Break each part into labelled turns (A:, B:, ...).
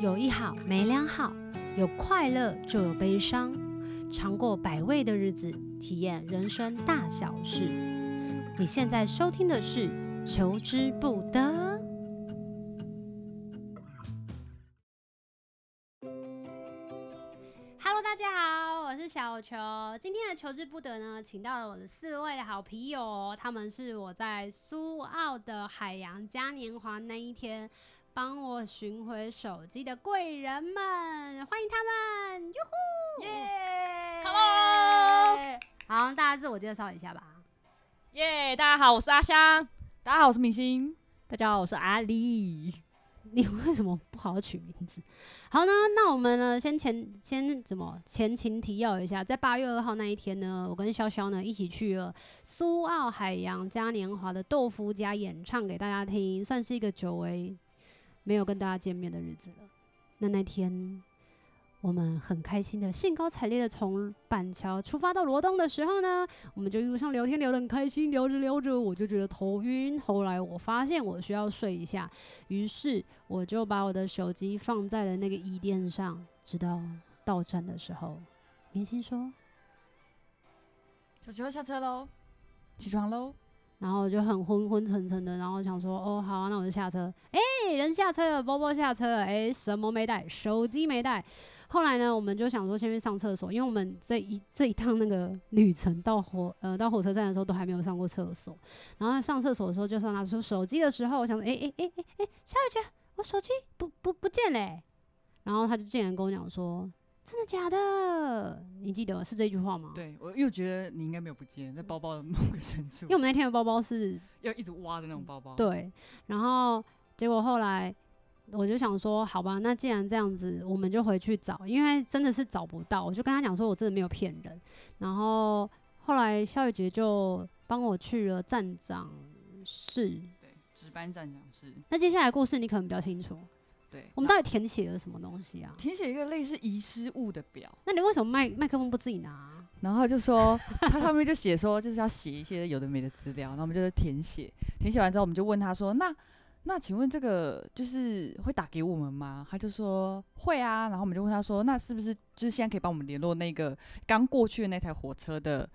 A: 有一好没两好，有快乐就有悲伤，尝过百味的日子，体验人生大小事。你现在收听的是《求之不得》。Hello，大家好，我是小球。今天的求之不得呢，请到了我的四位好皮友哦，他们是我在苏澳的海洋嘉年华那一天帮我寻回手机的贵人们，欢迎他们！哟呼
B: 耶
A: Hello 好，大家自我介绍一下吧。
C: 耶大家好，我是阿香。
B: 大家好，我是明星。
C: 大家好，我是阿丽。
A: 你 为什么不好好取名字？好呢，那我们呢，先前先怎么前情提要一下，在八月二号那一天呢，我跟潇潇呢一起去了苏澳海洋嘉年华的豆腐家演唱给大家听，算是一个久违没有跟大家见面的日子了。那那天我们很开心的兴高采烈的从板桥出发到罗东的时候呢，我们就一路上聊天聊得很开心，聊着聊着我就觉得头晕，后来我发现我需要睡一下，于是我就把我的手机放在了那个椅垫上，直到到站的时候，明星说，
B: 小球下车喽，起床喽。
A: 然后我就很昏昏沉沉的，然后想说，哦，好啊、那我就下车。哎、人下车了，包包下车了，哎、什么没带？手机没带。后来呢，我们就想说先去上厕所，因为我们这一这一趟那个旅程到火呃到火车站的时候都还没有上过厕所。然后上厕所的时候，就是拿出手机的时候，我想说，哎哎哎哎哎，小姐姐，我手机不不不见嘞、然后他就竟然跟我讲说，真的假的？你记得是这句话吗？。
B: 对我又觉得你应该没有不见，在包包的某个深处
A: 因为，我们那天的包包是
B: 要一直挖的那种包包。，
A: 对，然后结果后来我就想说，好吧，那既然这样子，我们就回去找，因为真的是找不到。我就跟他讲说，我真的没有骗人。然后后来肖雨杰就帮我去了站长室。
B: 对，值班站长是，
A: 那接下来的故事你可能比较清楚，
B: 对，
A: 我们到底填写了什么东西啊？
B: 填写一个类似遗失物的表，
A: 那你为什么麦麦克风不自己拿啊？
B: 然后就说他上面就写说就是要写一些有的没的资料，然后我们就是填写，填写完之后我们就问他说那。那请问这个就是会打给我们吗？他就说会啊，然后我们就问他说，那是不是就是现在可以帮我们联络那个刚过去的那台火车的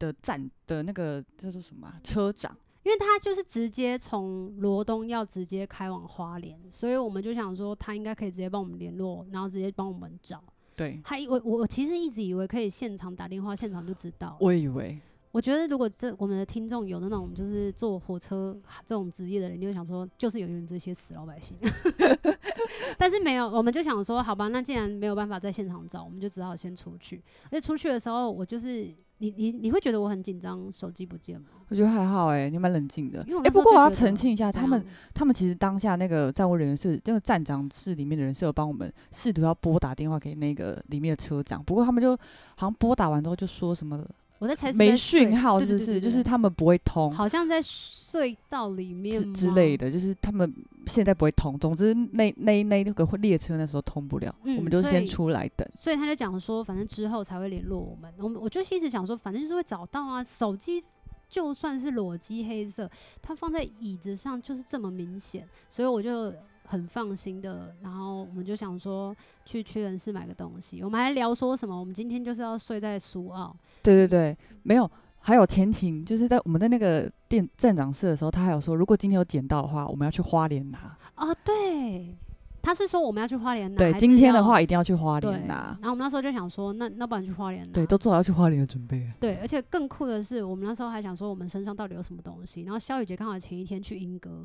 B: 的站的那个叫做什么啊、车长？
A: 因为他就是直接从罗东要直接开往花莲，所以我们就想说他应该可以直接帮我们联络，然后直接帮我们找。
B: 对，
A: 还以为我我其实一直以为可以现场打电话，现场就知道。我
B: 我也以为
A: 我觉得如果这我们的听众有那种就是坐火车这种职业的人，就会想说，就是有你们这些死老百姓。 但是没有，我们就想说，好吧，那既然没有办法在现场找，我们就只好先出去。而且出去的时候，我就是你你你会觉得我很紧张，手机不见吗？
B: 我觉得还好哎、你蛮冷静的。
A: 因为我
B: 哎、
A: 那时
B: 不
A: 候
B: 过
A: 就
B: 我要
A: 觉得
B: 澄清一下，啊他哎们
A: 怎样
B: 他们其实当下那个站务人员是那个站长室里面的人是有帮我们试图要拨打电话给那个里面的车长，不过他们就好像拨打完之后就说 什么
A: 我在才
B: 没讯号，是
A: 对
B: 不
A: 对
B: 是？
A: 对对
B: 就
A: 对
B: 是他们不会通
A: 好哦像在隧道里面
B: 之之
A: 吗
B: 类。的，就是他们现在不会通。总之那那那那个列车那时候通不了，
A: 嗯
B: 我们就
A: 所
B: 先
A: 以
B: 出来等。
A: 所以他就讲说，反正之后才会联络我们。我们我就一直想说，反正就是会找到啊。手机就算是裸机黑色，它放在椅子上就是这么明显，所以我就很放心的。然后我们就想说去屈臣氏买个东西。我们还聊说什么？我们今天就是要睡在苏澳，
B: 对对对，
A: 嗯
B: 没有。还有前情，就是在我们在那个店站长室的时候，他还有说，如果今天有捡到的话，我们要去花莲拿。
A: 哦，对，他是说我们要去花莲拿。
B: 对，
A: 还
B: 今
A: 是
B: 天的
A: 要
B: 话一定要去花
A: 对。
B: 莲拿。
A: 然后我们那时候就想说，那那不然去花莲拿。
B: 对，都做好要去花莲的准备了。
A: 对，而且更酷的是，我们那时候还想说我们身上到底有什么东西。然后肖雨杰刚好前一天去英 歌，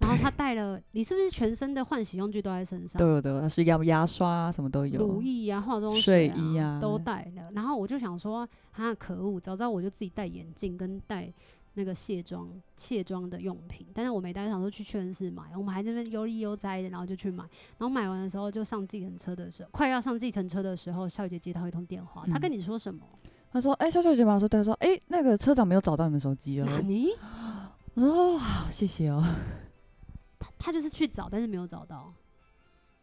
A: 然后他带了，你是不是全身的换洗用具都在身上？
B: 都有的，是要牙刷啊什么都有。
A: 乳液啊、化妆水
B: 睡衣啊
A: 都带了。然后我就想说，啊，可恶！早知道我就自己带眼镜跟带那个卸妆卸妆的用品，但是我没带，想说去屈臣氏买。我们还在那边悠哩悠哉的，然后就去买。然后买完的时候就上计程车的时候，快要上计程车的时候，肖雨杰接到一通电话，他跟
B: 嗯
A: 你说什么？
B: 他说：“哎、小小姐嘛，我说对，他说哎、那个车长没有找到你们手机哦。
A: 哪尼？”
B: 我说：“哦，好，谢谢 哦。
A: 他就是去找，但是没有找到，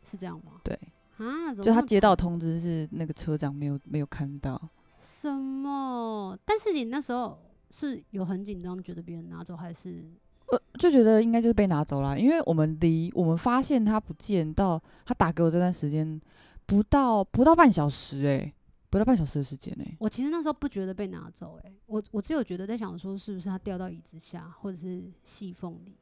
A: 是这样吗”？
B: 对，
A: 啊，怎么
B: 就他
A: 那么
B: 接到
A: 惨
B: 通知是那个车长没有没有看到，
A: 什么？但是你那时候是有很紧张，觉得别人拿走还是？
B: 呃，就觉得应该就是被拿走了，因为我们离我们发现他不见到他打给我这段时间不到不到半小时哎、不到半小时的时间哎、
A: 我其实那时候不觉得被拿走、欸，我欸我只有觉得在想说，是不是它掉到椅子下，或者是细缝里。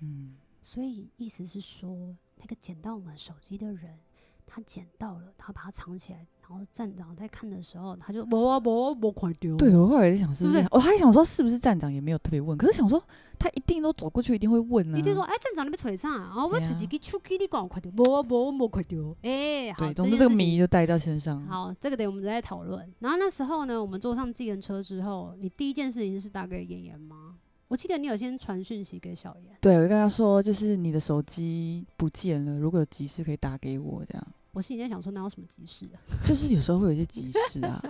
B: 嗯，
A: 所以意思是说，那个捡到我们手机的人，他捡到了，他把它藏起来，然后站长在看的时候，他就
B: 嗯
A: 哦我我我快丢。
B: 对，我后来在想是不是，
A: 对不
B: 我还想说是不是站长也没有特别问，可是想说他一定都走过去一定会问啊，
A: 一定说，哎、站长你被锤上啊！哦，我
B: 对啊
A: 锤几个手机，你管我快丢，我我我快丢。哎、好，
B: 对，总
A: 件
B: 之这个
A: 事情
B: 谜就带到身上，
A: 好，这个得我们再讨论。然后那时候呢，我们坐上计程车之后，你第一件事情是打给妍妍吗？我记得你有先传讯息给小妍，
B: 对我就跟他说就是你的手机不见了，如果有急事可以打给我这样，
A: 我心里在想说哪有什么急事啊
B: 就是有时候会有一些急 事啊，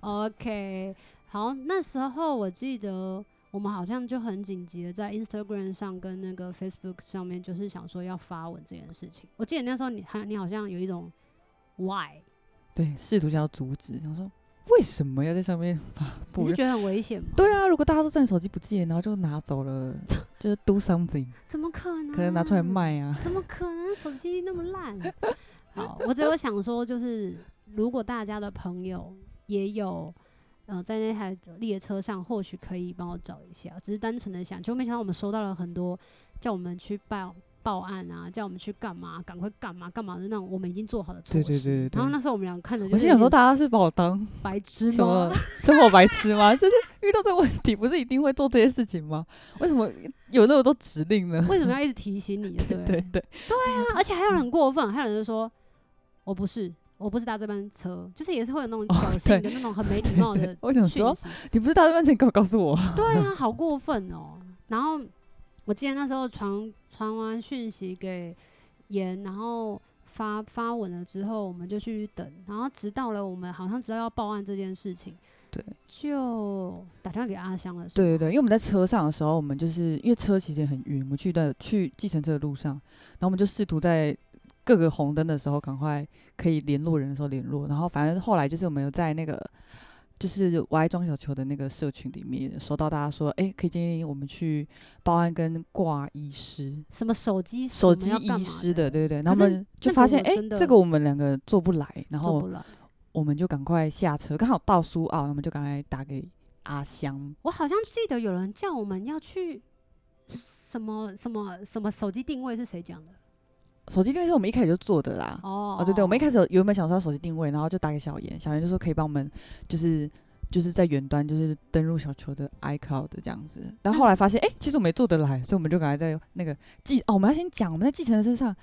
A: ？OK，好， 那时候我记得我们好像就很紧急的在 Instagram 上跟那个 Facebook 上面，就是想说要发文这件事情。我记得那时候你还你好像有一种 why，
B: 对，试图想要阻止，想说为什么要在上面发
A: 你
B: 布
A: 是？觉得很危险吗？
B: 对啊，如果大家都站手机不见，然后就拿走了，就是 do something，
A: 怎么可能？
B: 可能拿出来卖啊。
A: 怎么可能手机那么烂？好，我只有想说，就是如果大家的朋友也有，呃，在那台列车上，或许可以帮我找一下。只是单纯的想，就没想到我们收到了很多叫我们去报报案啊，叫我们去干嘛，赶快干嘛干嘛的那种，我们已经做好的措
B: 对
A: 施。
B: 对对对对
A: 然后那时候我们俩看着，
B: 我心想说，大家是把 我当
A: 白痴
B: 什
A: 吗
B: 么？生活白痴吗？就是遇到这个问题，不是一定会做这些事情吗？为什么有那么多指令呢？
A: 为什么要一直提醒你？ 对不
B: 对对，
A: 啊，而且还有人很过分，还有人就说我不是，我不是搭这班车，就是也是会有那种
B: 哦
A: 挑衅的、那种很没礼貌
B: 对
A: 的
B: 对我想
A: 讯
B: 说
A: 息。
B: 你不是大这半天给我告诉我，
A: 对啊，好过分哦。然后我记得那时候传传完讯息给妍，然后发发文了之后，我们就去等，然后直到了我们好像知道要报案这件事情，
B: 对，
A: 就打电话给阿香了。是
B: 对
A: 吗
B: 对对，因为我们在车上的时候，我们就是因为车其实也很晕，我们去的去计程车的路上，然后我们就试图在各个红灯的时候赶快可以联络人的时候联络，然后反正后来就是我们有在那个就是我爱装小球的那个社群里面收到大家说，哎、可以建议我们去报案跟挂医师。
A: 什么手机什
B: 手
A: 么
B: 机
A: 要干
B: 遗
A: 嘛
B: 失的，对对对，
A: 可
B: 然后我
A: 是
B: 们就
A: 那
B: 发
A: 个
B: 现，
A: 我
B: 哎、
A: 真的
B: 这个我们两个做不来，然
A: 做不
B: 后
A: 来。
B: 我们就赶快下车，刚好到苏澳，我们就赶快打给阿香，
A: 我好像记得有人叫我们要去什么什么什么手机定位是谁讲的？
B: 手机定位是我们一开始就做的啦。
A: 哦
B: 哦，对对，我们一开始有原本想说要手机定位，然后就打给小严，小严就说可以帮我们，就是就是在远端就是登录小球的 iCloud 这样子。但后来发现，哎、其实我们也做得来，所以我们就赶快在那个计哦，我们要先讲我们在计程车上，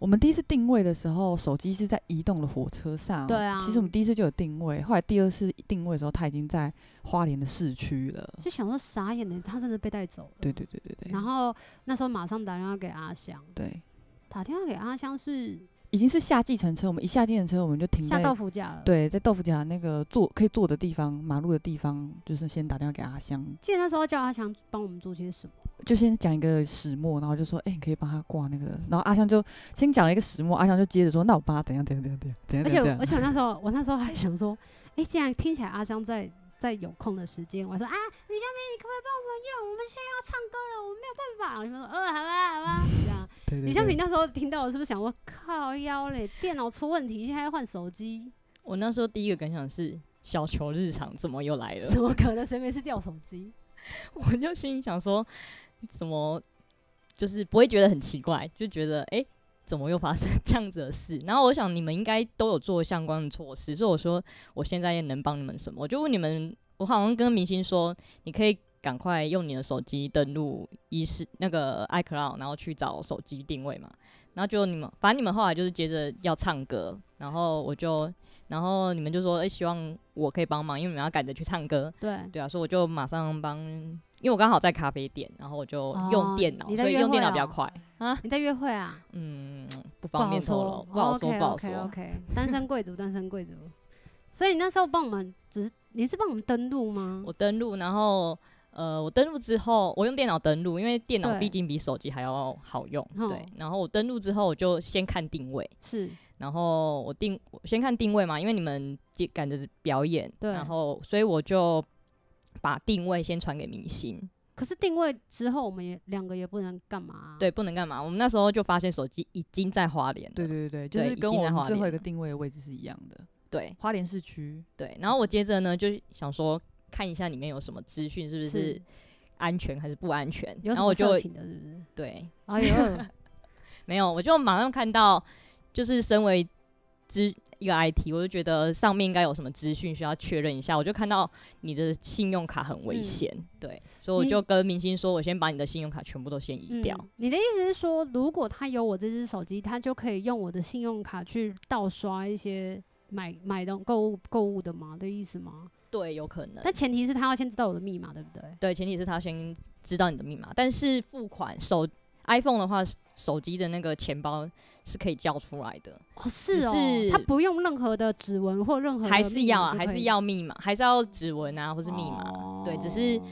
B: 我们第一次定位的时候，手机是在移动的火车上。
A: 对啊
B: 其实我们第一次就有定位，后来第二次定位的时候，他已经在花莲的市区了。
A: 哦就想说傻眼的，他真的被带走了。
B: 对对对对对。
A: 然后那时候马上打电话给阿香，
B: 对，
A: 打电话给阿香是
B: 已经是下计程车，我们一下计程车我们就停
A: 下
B: 在
A: 豆腐架了。，
B: 对，在豆腐夹那个坐可以坐的地方，马路的地方，就是先打电话给阿香，
A: 记得那时候叫阿香帮我们做些什么。
B: 就先讲一个始末，然后就说，哎、你可以帮他挂那个，然后阿香就先讲了一个始末，阿香就接着说，那我帮他怎样怎样怎样怎样怎
A: 而
B: 样
A: 且
B: 怎
A: 我
B: 样
A: 而且
B: 怎
A: 我那时候我那时候还想说，哎，既然听起来阿香在。在有空的时间，我还说啊，李佳明，你可不可以帮我们用？我们现在要唱歌了，我没有办法。我就说，呃，好吧，好吧，这样。
B: 样。
A: 李
B: 李
A: 湘 平那时候听到，我是不是想我靠腰嘞？电脑出问题，现在要换手 机，
C: 我那时候第一个感想是小球日常怎么又来了？
A: 怎么可能？谁没事掉手机？
C: 我就心里想说，怎么就是不会觉得很奇怪，就觉得诶，怎么又发生 这样子的事？然后我想你们应该都有做相关的措施，所以我说我现在能帮你们什么？我就问你们，我好像跟明星说，你可以赶快用你的手机登录一是那个 iCloud，然后去找手机定位嘛。然后就你们，反正你们后来就是接着要唱歌，然后我就，然后你们就说，诶，希望我可以帮忙，因为你们要赶着去唱歌。
A: 对，
C: 对啊，所以我就马上帮，因为我刚好在咖啡店，然后我就
A: 哦
C: 用电脑，
A: 你在
C: 所以
A: 约
C: 用电
A: 会
C: 脑比较
A: 哦
C: 快。
A: 你在约会啊？
C: 嗯，不
A: 不
C: 方
A: 好
C: 便透
A: 说
C: 露，，不好说，不好
A: OK
C: 说。
A: OK，单身贵族，单身贵族。所以你那时候帮我们，只是你是帮我们登录吗？
C: 我登录，然后呃，我登录之后，我用电脑登录，因为电脑
A: 对
C: 毕竟比手机还要好用。
A: 哦
C: 对，然后我登录之后，我就先看定位，
A: 是
C: 然后我定我先看定位嘛，因为你们接赶着表演，
A: 对
C: 然后所以我就把定位先传给明星。
A: 可是定位之后，我们也两个也不能干嘛啊、
C: 对，不能干嘛？我们那时候就发现手机已经在花莲了，
B: 对对对对，就
C: 对
B: 是
C: 已
B: 跟
C: 经在
B: 我
C: 花
B: 们最后
C: 莲
B: 一个
C: 了
B: 定位的位置是一样的，
C: 对
B: 花莲市区。
C: 对。然后我接着呢，就想说看一下里面有什么资讯，是不是
A: 是
C: 安全还是不安全？
A: 有
C: 然
A: 什
C: 后
A: 么
C: 我就
A: 色情的，是不是？
C: 对，
A: 哎呦，
C: 没有，我就马上看到，就是身为资一个 IT，我就觉得上面应该有什么资讯需要确认一下。我就看到你的信用卡很危
A: 嗯
C: 险，对，所以我
A: 你
C: 就跟明星说，我先把你的信用卡全部都先移掉。
A: 嗯。你的意思是说，如果他有我这只手机，他就可以用我的信用卡去盗刷一些买买东购物购物的吗？的意思吗？
C: 对，有可能。
A: 但前提是他要先知道我的密码，对不对？
C: 对，前提是他先知道你的密码，但是付款手 iPhone 的话，手机的那个钱包是可以叫出来的，
A: 哦，是哦，
C: 是
A: 他不用任何的指纹或任何的
C: 还是
A: 密码
C: 要啊，
A: 就
C: 还
A: 可
C: 是
A: 以
C: 要密码，还是要指纹啊，或是密码。对只是
A: 哦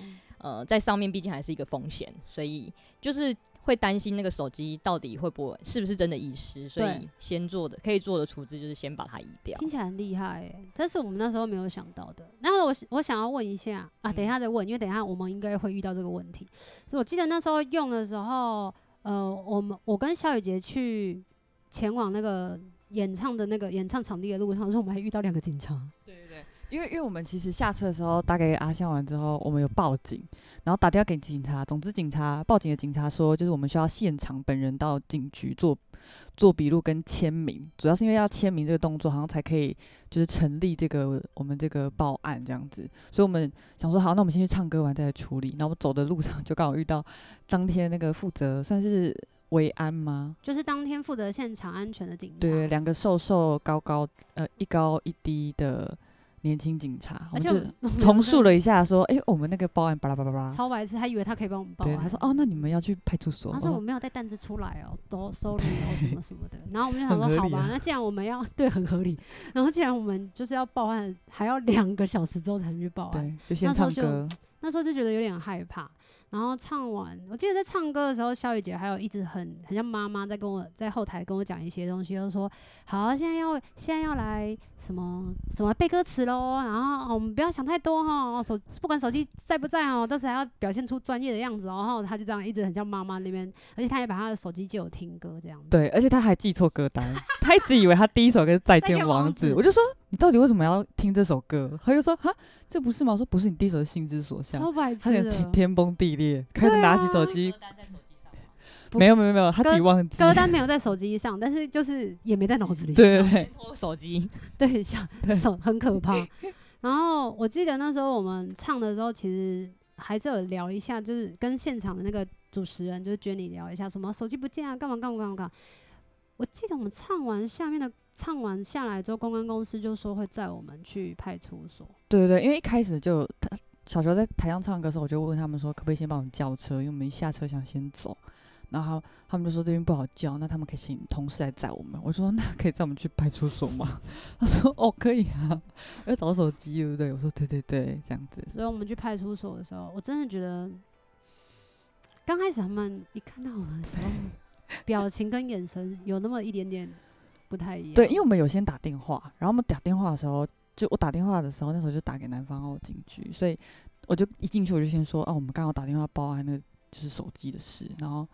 C: 呃，在上面毕竟还是一个风险，所以就是会担心那个手机到底会不会是不是真的遗失，所以
A: 对
C: 先做的可以做的处置就是先把它移掉。
A: 听起来很厉害耶，这是我们那时候没有想到的。然后我我想要问一下啊，
C: 嗯
A: 等一下再问，因为等一下我们应该会遇到这个问题。所以我记得那时候用的时候，呃，我们我跟肖雨杰去前往那个演唱的那个演唱场地的路上的时候，我们还遇到两个警察。
B: 对对对，因为因为我们其实下车的时候打给阿香完之后，我们有报警，然后打电话给警察。总之，警察报警的警察说，就是我们需要现场本人到警局做做笔录跟签名，主要是因为要签名这个动作，好像才可以就是成立这个我们这个报案这样子。所以我们想说，好，那我们先去唱歌完再来处理。然后我们走的路上 就刚好遇到当天那个负责算是维安吗？
A: 就是当天负责现场安全的警察，
B: 对，两个瘦瘦高高，呃，一高一低的年轻警察，我
A: 而
B: 们
A: 且
B: 就
A: 我们我们
B: 重
A: 两
B: 述
A: 个
B: 了一下，说，哎、我们那个报案巴拉巴拉巴拉，
A: 超啊白痴，还以为他可以帮我们报
B: 对，
A: 案。
B: 他说，哦，那你们要去派出所，
A: 他说
B: 哦
A: 我没有带单子出来哦， 都 sorry 哦什么什么的。然后我们就想
B: 很
A: 说，
B: 合
A: 好
B: 理
A: 吧
B: 啊，
A: 那既然我们要对很合理，然后既然我们就是要报案，还要两个小时之后才能去报案，
B: 对，就先
A: 那时候
B: 唱
A: 就
B: 歌，
A: 那时候就觉得有点害怕。然后唱完，我记得在唱歌的时候，肖雨姐还有一直很很像妈妈在跟我在后台跟我讲一些东西，就说好，现在要现在要来什么什么背歌词喽，然后、哦我们不要想太多哈、哦，手不管手机在不在哦，但是还要表现出专业的样子哦、然后她就这样一直很像妈妈那边，而且她也把她的手机借我听歌这样子。
B: 对，而啊且他还记错歌单，他一直以为他第一首歌是《再
A: 再
B: 见
A: 见王
B: 王子
A: 子》，
B: 我就说你到底为什么要听这首歌？他就说，哈，这不是吗？我说不是，你第一首是《心之所向》，
A: 超白
B: 他
A: 痴
B: 想
A: 的，哦啊
B: 天崩地裂，开始拿起手机，
A: 不
B: 没有没有没有，他自己忘记，
A: 歌单没有在手机上，但是就是也没在脑子里。
B: 啊 对对对，
C: 偷手机，
A: 对， 像手很可怕。然后我记得那时候我们唱的时候，其实还是有聊一下，就是跟现场的那个主持人，就是 Jenny 聊一下，什么手机不见啊，干嘛干嘛干嘛干嘛。我记得我们唱完下面的，唱完下来之后，公关公司就说会载我们去派出所。
B: 对对，因为一开始就他小时候在台上唱歌的时候，我就问他们说，可不可以先帮我们叫车，因为我们一下车想先走。然后他他们就说这边不好叫，那他们可以请同事来载我们。我说那可以载我们去派出所吗？ 他说哦可以啊，要找手机对不对？我说对对对，这样子。
A: 所以我们去派出所的时候，我真的觉得，刚开始他们一看到我们 的时候，表情跟眼神有那么一点点不太一样。
B: 对，因为我们有先打电话，然后我们打电话的时候，就我打电话的时候，那时候就打给南方澳警局，所以我就一进去我就先说，哦、我们刚好打电话报案那个就是手机的事，然后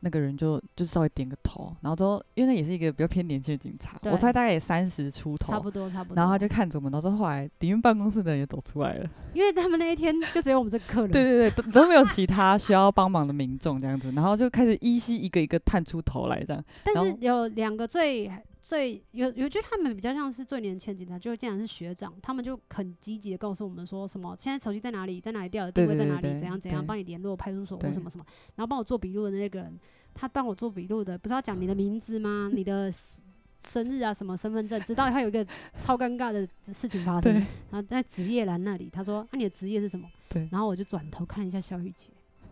B: 那个人就就稍微点个头，然后之后因为那也是一个比较偏年轻的警察，
A: 对
B: 我猜大概也三十出头，
A: 差不多差不多。
B: 然后他就看着我们，然后之后后来里面办公室的人也走出 来了，
A: 因为他们那一天就只有我们这个客人，
B: 对对对，都都没有其他需要帮忙的民众这样子，然后就开始依稀一个一个探出头来这样，
A: 但
B: 然
A: 是
B: 后
A: 有两个最最有有，觉得他们比较像是最年轻的警察，就竟然是学长，他们就很积极的告诉我们说什么现在手机在哪里，在哪里掉的，
B: 对
A: 定位在
B: 对
A: 哪
B: 对
A: 里，
B: 对
A: 怎样怎样，
B: 对
A: 帮你联络派出所或
B: 对
A: 什么什么，然后帮我做笔录的那个人，他帮我做笔录的，不是要讲你的名字吗？你的 s- 生日啊，什么身份证，直到他有一个超尴尬的事情发生
B: 对，
A: 然后在职业栏那里，他说：“啊，你的职业是什么？”
B: 对
A: 然后我就转头看一下小雨姐，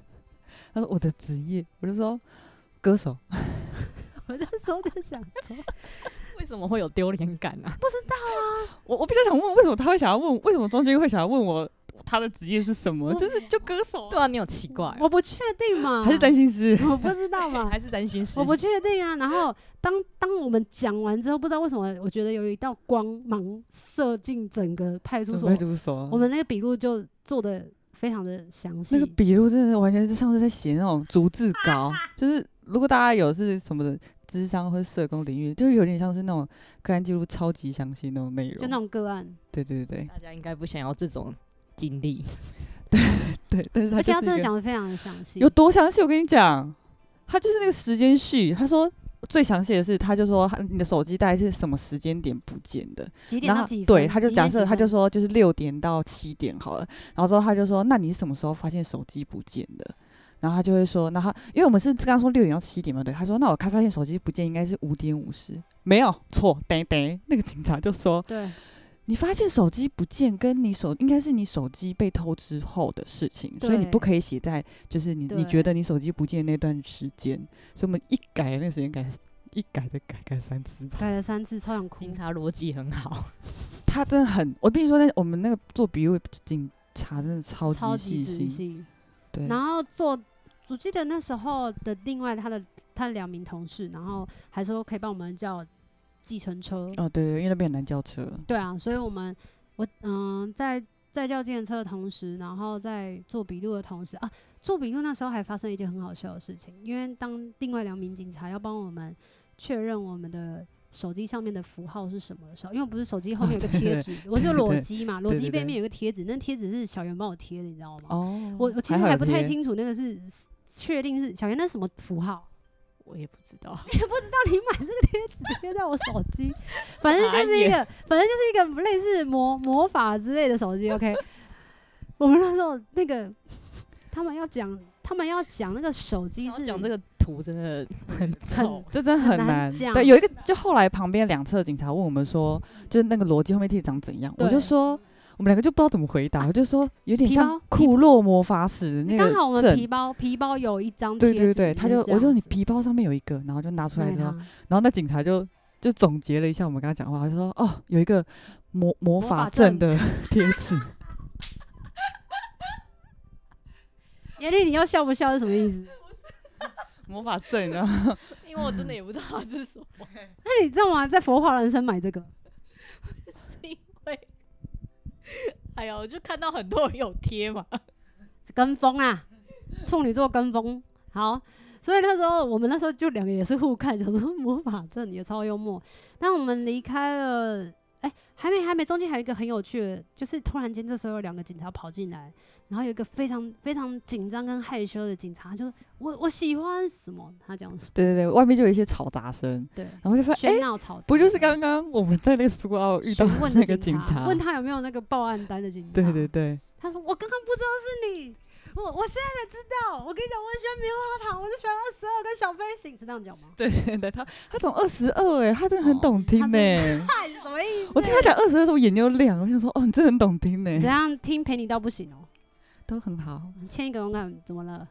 B: 他说我的职业，我就说歌手。
A: 我那时候就想说，
C: 为什么会有丢脸感啊？
B: 我我比较想问，为什么他会想要问？为什么庄君会想要问我他的职业是什么？就是就歌手、
C: 对啊，你有奇怪哦、
A: 我不确定嘛，
B: 还是占星师？
A: 我不知道 嘛，
C: 还是占星师？
A: 我不确定啊。然后当当我们讲完之后，不知道为什么，我觉得有一道光芒射进整个派出所，
B: 派出所，
A: 我们那个笔录就做的非常的详细。
B: 啊那个笔录真的是完全是像是在写那种逐字 稿，就是如果大家有是什么的智商或者社工领域，就是有点像是那种个案记录超级详细那种内容。
A: 就那种个案，
B: 对对对
C: 大家应该不想要这种经历。
B: 对，但是他
A: 而且他
B: 就
A: 真
B: 是一
A: 的
B: 个
A: 讲的非常的详细
B: 有。多详细？我跟你讲，他就是那个时间序，他说。最详细的是，他就说他你的手机大概是什么时间点不见的，
A: 几点
B: 然
A: 到
B: 后
A: 几分？
B: 对，他就
A: 几
B: 假
A: 点
B: 设
A: 几
B: 他就
A: 分
B: 说就是六点到七点好了，然后之后他就说那你什么时候发现手机不见的？然后他就会说，那他因为我们是刚刚说六点到七点嘛，对，他说那我看发现手机不见应该是五点五十，没有错，等等，那个警察就说
A: 对，
B: 你发现手机不见跟你手应该是你手机被偷之后的事情，所以你
A: 对
B: 不可以写在就是你你觉得你手机不见那段时间，所以我们一改那个时间改一改再改改三次吧。
A: 改了三次，超想哭
C: 警。察逻辑很好，
B: 他真的很，我必须说那我们那个做笔录警察真的超
A: 超级
B: 级
A: 仔
B: 细心，
A: 细。
B: 对，
A: 然后做，我记得那时候的另外他的他的两名同事，然后还说可以帮我们叫计程车。
B: 哦对对，因为那边很难叫车，
A: 对啊，所以我们我嗯、在在叫计程车的同时，然后在做笔录的同时啊，做笔录那时候还发生一件很好笑的事情，因为当另外两名警察要帮我们确认我们的。手机上面的符号是什么的时候？因为我不是手机后面有个
B: 对对
A: 贴纸，我就
B: 对对
A: 裸
B: 对
A: 机嘛，裸
B: 对
A: 机
B: 对
A: 背
B: 对
A: 面有个贴纸，那贴纸是小圆帮我贴的，你知道吗？
B: 哦，
A: 我我其实
B: 好
A: 还
B: 有
A: 不太
B: 贴，
A: 清楚那个是是确定是小圆那是什么符号，
C: 我也不知道，
A: 到底买这个贴纸贴在我手机，反正就是 一个，反正就是一个类似魔魔法之类的手机。OK，我们那时候那个他们要讲，他们要讲那个手机
C: 然后
A: 是
C: 讲这个图真的很丑，
B: 这真的很
A: 难
B: 难。
A: 讲
B: 对，有一个就后来旁边两侧的警察问我们说，就是那个逻辑后面贴长怎样，我
A: 对
B: 就说我们两个就不知道怎么回答，我就说有点
A: 皮
B: 像
A: 包皮
B: 库洛魔法使那个
A: 刚
B: 阵，
A: 好我们皮包皮包有一张贴
B: 对
A: 纸，
B: 对对，他
A: 就
B: 就是
A: 这
B: 我说
A: 样
B: 你
A: 子哎
B: 皮包上面有一个，然后就拿出来
A: 卖
B: 之后，
A: 它
B: 然后那警察就就总结了一下我们刚刚讲的话，他说哦有一个魔
A: 魔
B: 魔
A: 法
B: 法阵
A: 阵
B: 的 贴纸，
A: 严丽，你要笑不笑是什么意思？
B: 魔法阵，啊然后
C: 因为我真的也不知道这是什么，
A: 那你知道吗？在佛华人生买这个，
C: 是因为，哎呀，我就看到很多人有贴嘛，
A: 跟风啊，处女座跟风。好，所以那时候我们那时候就两个也是互看，想说魔法阵也超幽默。但我们离开了，哎、还没还没，中间还有一个很有趣的，就是突然间这时候有两个警察跑进来，然后有一个非常非常紧张跟害羞的警察，就说我我喜欢什么，他讲什么，
B: 对对对，外面就有一些嘈杂声，
A: 对，
B: 然后就发现哎、
A: 喧闹吵杂，
B: 不就是刚刚我们在那个苏澳遇到
A: 询问的
B: 那个警察？
A: 问他有没有那个报案单的警察，
B: 对对对，
A: 他说：“我刚刚不知道是你，我我现在才知道。我跟你讲，我很喜欢棉花糖，我就喜欢二十二跟小飞行，是这样讲吗？
B: 对对对，他他从二十二哎，他真的很
C: 哦
B: 懂听
A: 真
B: 呢、
A: 的嗨，哎什么意思？
B: 我听他讲二十二，我眼睛都亮。我想说，哦，你真的很懂听呢、
A: 怎样听陪你到不行哦、
B: 都很好。
A: 欠一个勇敢怎么了？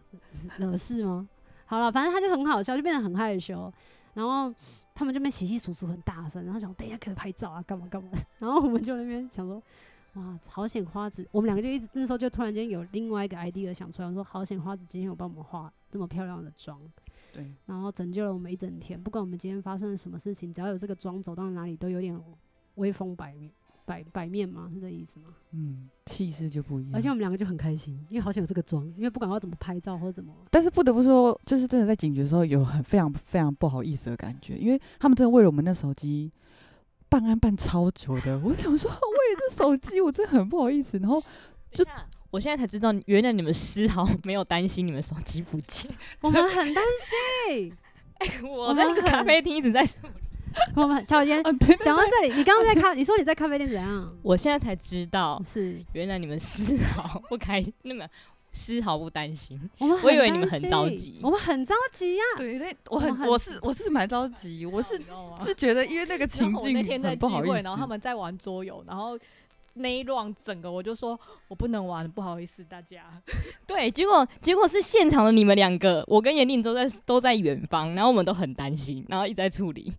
A: 惹事吗？ 好了，反正他就很好笑，就变得很害羞。然后他们这边洗洗簌簌很大声，然后想等一下可以拍照啊，干嘛干嘛。然后我们就那边想说，哇，好险花子，我们两个就一直那时候就突然间有另外一个 idea 想出来，我说好险花子今天有帮我们化这么漂亮的妆。
B: 对，
A: 然后拯救了我们一整天。不管我们今天发生了什么事情，只要有这个妆走到哪里，都有点威风百面。百百面吗？是这意思吗？
B: 嗯，气势就不一样。
C: 嗯
A: 而且我们两个就很开心，因为好想有这个妆，因为不管要怎么拍照或者 怎么，
B: 但是不得不说，就是真的在警局的时候，有很非常非常不好意思的感觉，因为他们真的为了我们那手机办案办超久的。我就想说，为 了这手机，我真的很不好意思。 然后
C: 就。我现在才知道，原来你们丝毫 没有担心你们手机不见。
A: 我们很担心。
C: 我在那个咖啡厅一直在，
A: 我们小妍
C: 哦
B: 啊，对，
A: 讲到这里，你刚刚在咖，你说你在咖啡店怎样？
C: 我现在才知道，
A: 是
C: 原来你们丝毫不开，那么丝毫不担心。
A: 我们很担心，
C: 我以为你们很着急
A: 我们很着急呀、
B: 对，对我
A: 很
B: 很，我是我是蛮着急，我是
D: 你知道吗？
B: 是觉得因为那个
D: 然
B: 情
D: 后我那天
B: 境
D: 在
B: 很
D: 聚
B: 不好意
D: 会，
B: 思。
D: 然后他们在玩桌游，然后那一 round 整个我就说我不能玩，不好意思大家。
C: 对，结果结果是现场的你们两个，我跟严令都在都在远方，然后我们都很担心，然后一直在处理。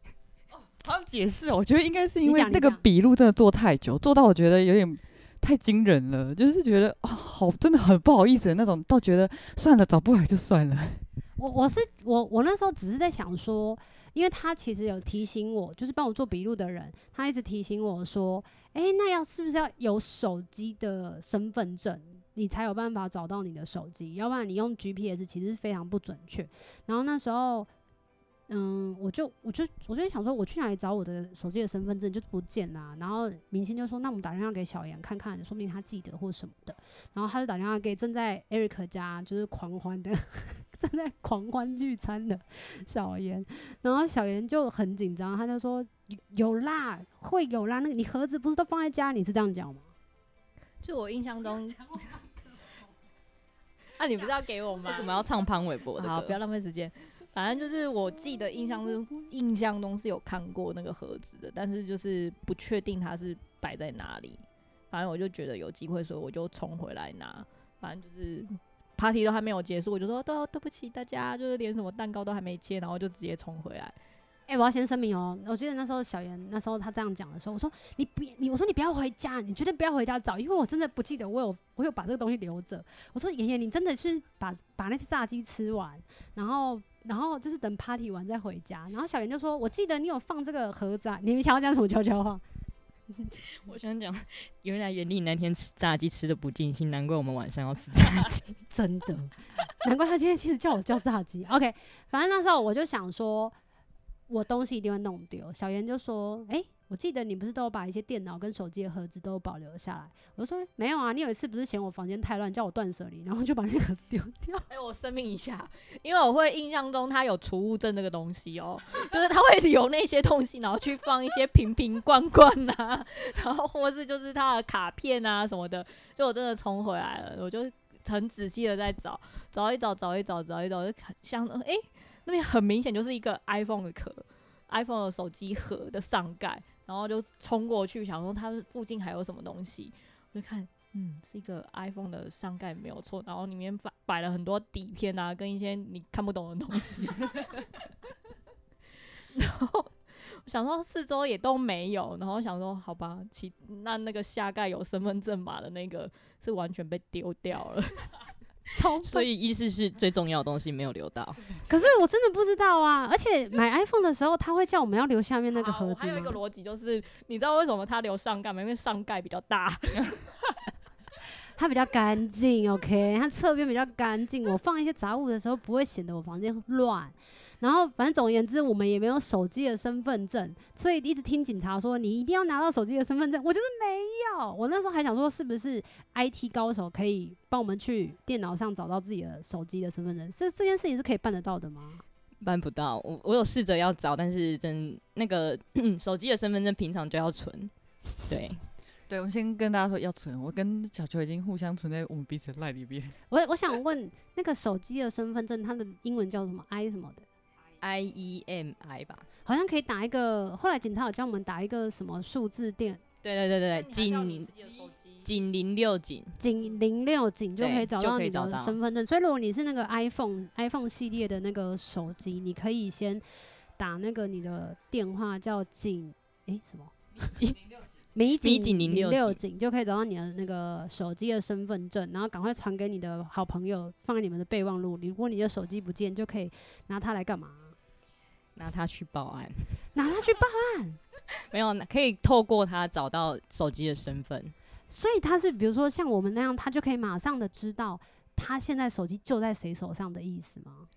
B: 他们解释，我觉得应哦该是
A: 你
B: 因为
A: 讲你
B: 那个
A: 讲
B: 笔录真的做太久，做到我觉得有点太惊人了，就是觉得哦，好，真的很不好意思的那种，倒觉得算了，找不来就算了。
A: 我我是我我那时候只是在想说，因为他其实有提醒我，就是帮我做笔录的人，他一直提醒我说，诶，那要是不是要有手机的身份证？你才有办法找到你的手机，要不然你用 GPS 其实是非常不准确。然后那时候，嗯，我就我就我就想说，我去哪里找我的手机的身份证就不见啦、然后明星就说，那我们打电话给小杨看看，说不定他记得或什么的。然后他就打电话给正在 Eric 家就是狂欢的 正在狂欢聚餐的小严，然后小严就很紧张，他就说有有啦，会有啦，那个你盒子不是都放在家，你是这样讲吗？
D: 就我印象中， 啊，你不是要给我吗？
C: 为什么要唱潘玮柏的歌？
D: 好，不 要浪费时间。反正就是我记得印象中，印象中是有看过那个盒子的，但是就是不确定它是摆在哪里。反正我就觉得有机会，所以我就冲回来拿。反正就是 party 都还没有结束，我就说哦对对不起大家，就是连什么蛋糕都还没切，然后就直接冲回来。
A: 哎、我要先声明哦，我记得那时候小严那时候他这样讲的时候，我说你不，你我说你不要回家，你绝对不要回家找，因为我真的不记得我有我有把这个东西留着。我说妍妍，你真的是把把那些炸鸡吃完，然后然后就是等 party 完再回家。然后小严就说，我记得你有放这个盒子啊，你们想要讲什么悄悄话？
C: 我想讲，原来袁丽那天吃炸鸡吃的不尽兴，难怪我们晚上要吃炸鸡。
A: 真的， 难怪他今天其实叫我叫炸鸡。OK，反正那时候我就想说，我东西一定会弄丢。小严就说：“诶，我记得你不是都有把一些电脑跟手机的盒子都保留下来？”我就说：“没有啊，你有一次不是嫌我房间太乱，叫我断舍离，然后就把那个盒子丢掉。
D: 哎、我声明一下，因为我会印象中他有储物证这个东西哦，就是他会留那些东西，然后去放一些瓶瓶罐罐啊，然后或是就是他的卡片啊什么的。就我真的冲回来了，我就很仔细的在找，找一找，找一找，找一找，就看想，哎、那边很明显就是一个 iPhone 的壳，iPhone 的手机盒的上盖，然后就冲过去，想说它附近还有什么东西，我就看。嗯，是一个 iPhone 的上盖没有错，然后里面摆摆了很多底片啊，跟一些你看不懂的东西。 然后我想说四周也都没有，然后想说好吧，其那那个下盖有身份证码的那个是完全被丢掉了。
C: 所以意思是最重要的东西没有留到。
A: 可是我真的不知道啊，而且买 iPhone 的时候，他会叫哦我们要留下面那个
D: 好啊
A: 盒
D: 我
A: 子
D: 还有一个
A: 吗？
D: 逻辑就是，你知道为什么他留上盖吗？因为上盖比较 大。
A: 它比较干净，OK，它侧边比较干净。我放一些杂物的时候，不会显得我房间乱。然后，反正总而言之，我们也没有手机的身份证，所以一直听警察说你一定要拿到手机的身份证，我就是没有。我那时候还想说，是不是 IT 高手可以帮我们去电脑上找到自己的手机的身份证？这这件事情是可以办得到的吗？
C: 办不到，我我有试着要找，但是真那个 手机的身份证平常就要存，对，
B: 对，我先跟大家说要存，我跟小球已经互相存在我们彼此的赖里边。
A: 我我想问，那个手机的身份证，它的英文叫什么 I 什么的？
C: I E M I 吧。
A: 好像可以打一个，后来警察有教我们打一个什么数字电
C: 对对对对对，警警零六警，
A: 警零六警就
C: 对
A: 可以找
C: 就
A: 到
C: 可以
A: 你
C: 找
A: 的
C: 到
A: 身份证，所以如果你是那个 iPhone iPhone 系列的那个手机，你可以先打那个你的电话叫警诶什么
C: 警
A: 民
C: 民
A: 警
C: 警
A: 零
C: 06
A: 六
C: 警
A: 警就可以找到你的那个手机的身份证，然后赶快传给你的好朋友，放在你们的备忘录里。如果你的手机不见，就可以拿它来干嘛？
C: 拿他去报案，
A: 拿它去办。
C: 没有可以透过他找到手机的身份。
A: 所以他是比如说像我们那样，他就可以马上的知道他现在手机就在谁手上的意思吗？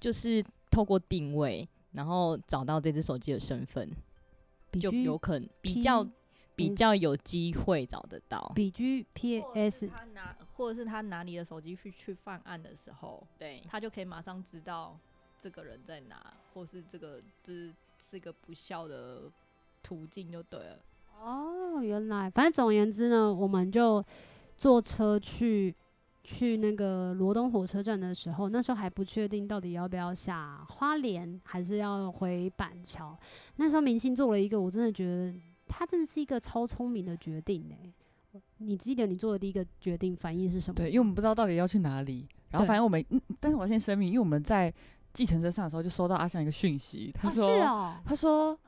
C: 就是透过定位，然后找到这只手机的身份，就有可能比较比较有机会找得
A: 哦
C: 到。
A: BGPS
D: 他拿，或者是他拿你的手机去去犯案的时候，
C: 对，
D: 他就可以马上知道这个人在哪，或是这个就是是一个不孝的途径就对了。
A: 哦，原来，反正总而言之呢，我们就坐车去去那个罗东火车站的时候，那时候还不确定到底要不要下花莲，还是要回板桥。那时候明星做了一个，我真的觉得他真的是一个超聪明的决定欸呢、你记得你做的第一个决定反应是什么？
B: 对，因为我们不知道到底要去哪里，然后
A: 对
B: 反正我们，嗯，但是我要先声明，因为我们在计程车上的时候就收到阿香一个讯息，他
A: 哦是
B: 说，
A: 哦，
B: 他说。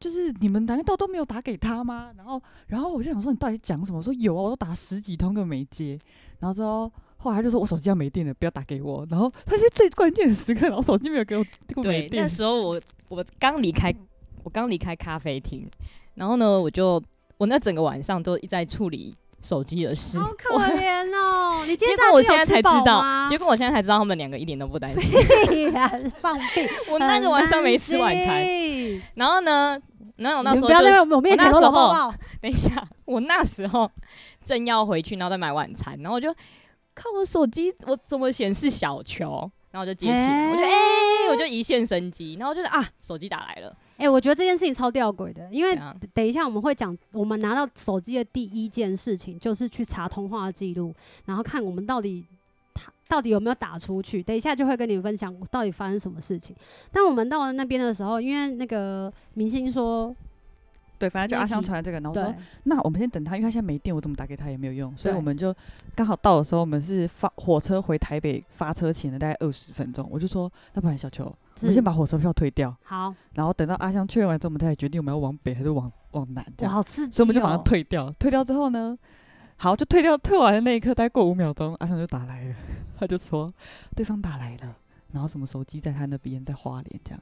B: 就是你们难道都没有打给他吗？然后，然后我就想说你到底讲什么？我说有啊，我都打十几通都没接。然后之后，后来他就说我手机要没电了，不要打给我。然后他是最关键的时刻，然后手机没有给我，结果没
C: 对，
B: 电
C: 那。时候我我刚离开，我刚离开咖啡厅，然后呢，我就我那整个晚上都一直在处理手机的事。
A: 好可怜哦！你今
C: 结
A: 天
C: 果我现在才知道，
A: 炸鸡
C: 结
A: 有
C: 果我现在才知道他们两个一点都不担 心。
A: 吃饱吗屁呀放屁！
C: 我那个晚上没吃晚
A: 很
C: 餐，
A: 担心
C: 然后呢，然后哦我那
A: 你们
C: 时候
A: 不要
C: 就
A: 在我面前
C: 我
A: 搂
C: 那时
A: 搂
C: 候哦
A: 抱抱。
C: 等一下，我那时候 正要回去，然后再买晚餐，然后我就看我手机，我怎么显示小球，然后我就接起来，我就哎、我就一线生机，然后我就是啊，手机打来了，
A: 哎、我觉得这件事情超吊诡的，因
C: 这
A: 为
C: 样
A: 等一下我们会讲，我们拿到手机的第一件事情就是去查通话记录，然后看我们到底他到底有没有打出去。等一下就会跟你分享到底发生什么事情。但我们到了那边的时候，因为那个明星说，
B: 对，反正就阿香
A: 那题
B: 传来这个，然后我
A: 对
B: 说，那我们先等他，因为他现在没电，我怎么打给他也没有用，所以
A: 对
B: 我们就刚好到的时候，我们是发火车回台北发车前的大概二十分钟，我就说，那不然小球，我
A: 是
B: 们先把火车票退掉，
A: 好，
B: 然后等到阿香确认完之后，我们再来决定我们要往北还是往往南这
A: 我
B: 样，
A: 好刺激、哦，
B: 所以我们就马上退掉，退掉之后呢，好，就退掉，退完的那一刻，大概过五秒钟，阿香就打来了，他就说对方打来了，然后什么手机在他那边，在花莲这样，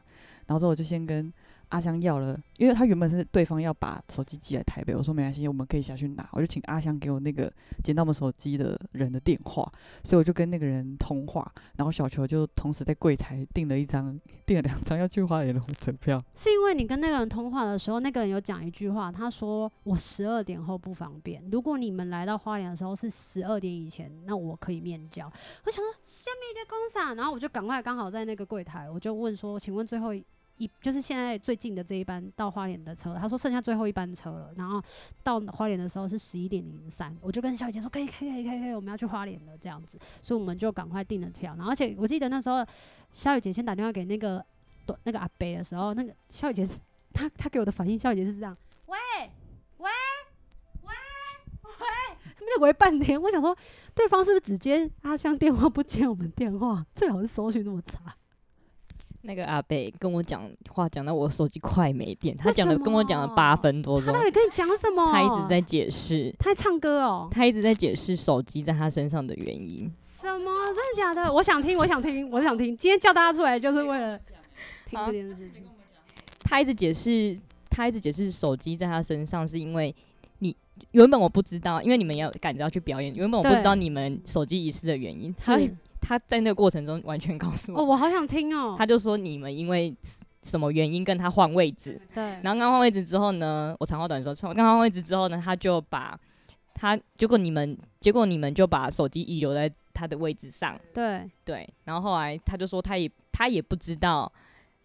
B: 然后之后我就先跟阿香要了，因为他原本是对方要把手机寄来台北，我说没关系，我们可以下去拿，我就请阿香给我那个捡到我们手机的人的电话，所以我就跟那个人通话，然后小球就同时在柜台订了一张，订了两张要去花莲的火车票，
A: 是因为你跟那个人通话的时候，那个人有讲一句话，他说我十二点后不方便。如果你们来到花莲的时候是十二点以前，那我可以面交。我想说下面的公司啊，然后我就赶快刚好在那个柜台，我就问说，请问最后一。一就是现在最近的这一班到花莲的车，他说剩下最后一班车了，然后到花莲的时候是十一点零三，我就跟小姐说可以可以可以可以可以，我们要去花莲了这样子，所以我们就赶快订了票，然后而且我记得那时候小雨姐先打电话给那个对那个阿伯的时候，那个笑姐是，她她给我的反应，笑姐是这样，喂喂喂喂，他们在喂半天，我想说对方是不是只接阿香电话不接我们电话，最好是搜寻那么差，
C: 那个阿贝跟我讲话，讲到我手机快没电，他讲
A: 为
C: 了
A: 什么
C: 跟我讲了八分多
A: 他
C: 钟
A: 到，底跟你讲什么？
C: 他一直在解释，
A: 他在唱歌哦，
C: 他一直在解释手机在他身上的原因。
A: 什么真的假的？我想听，我想听，我想听，今天叫大家出来就是为了听
C: 啊
A: 这件事情，
C: 他一直解释，他一直解释手机在他身上是因为你原本我不知道，因为你们要赶着要去表演，原本我不
A: 对
C: 知道你们手机遗失的原因。他
A: 是
C: 他在那个过程中完全告诉
A: 哦，
C: 我，
A: 我好想听哦，
C: 他就说你们因为什么原因跟他换位置，
A: 对，
C: 然后刚换位置之后呢，我长话短说，刚换位置之后呢，他就把他结果你们结果你们就把手机遗留在他的位置上，
A: 对，
C: 对，然后后来他就说他也他也不知道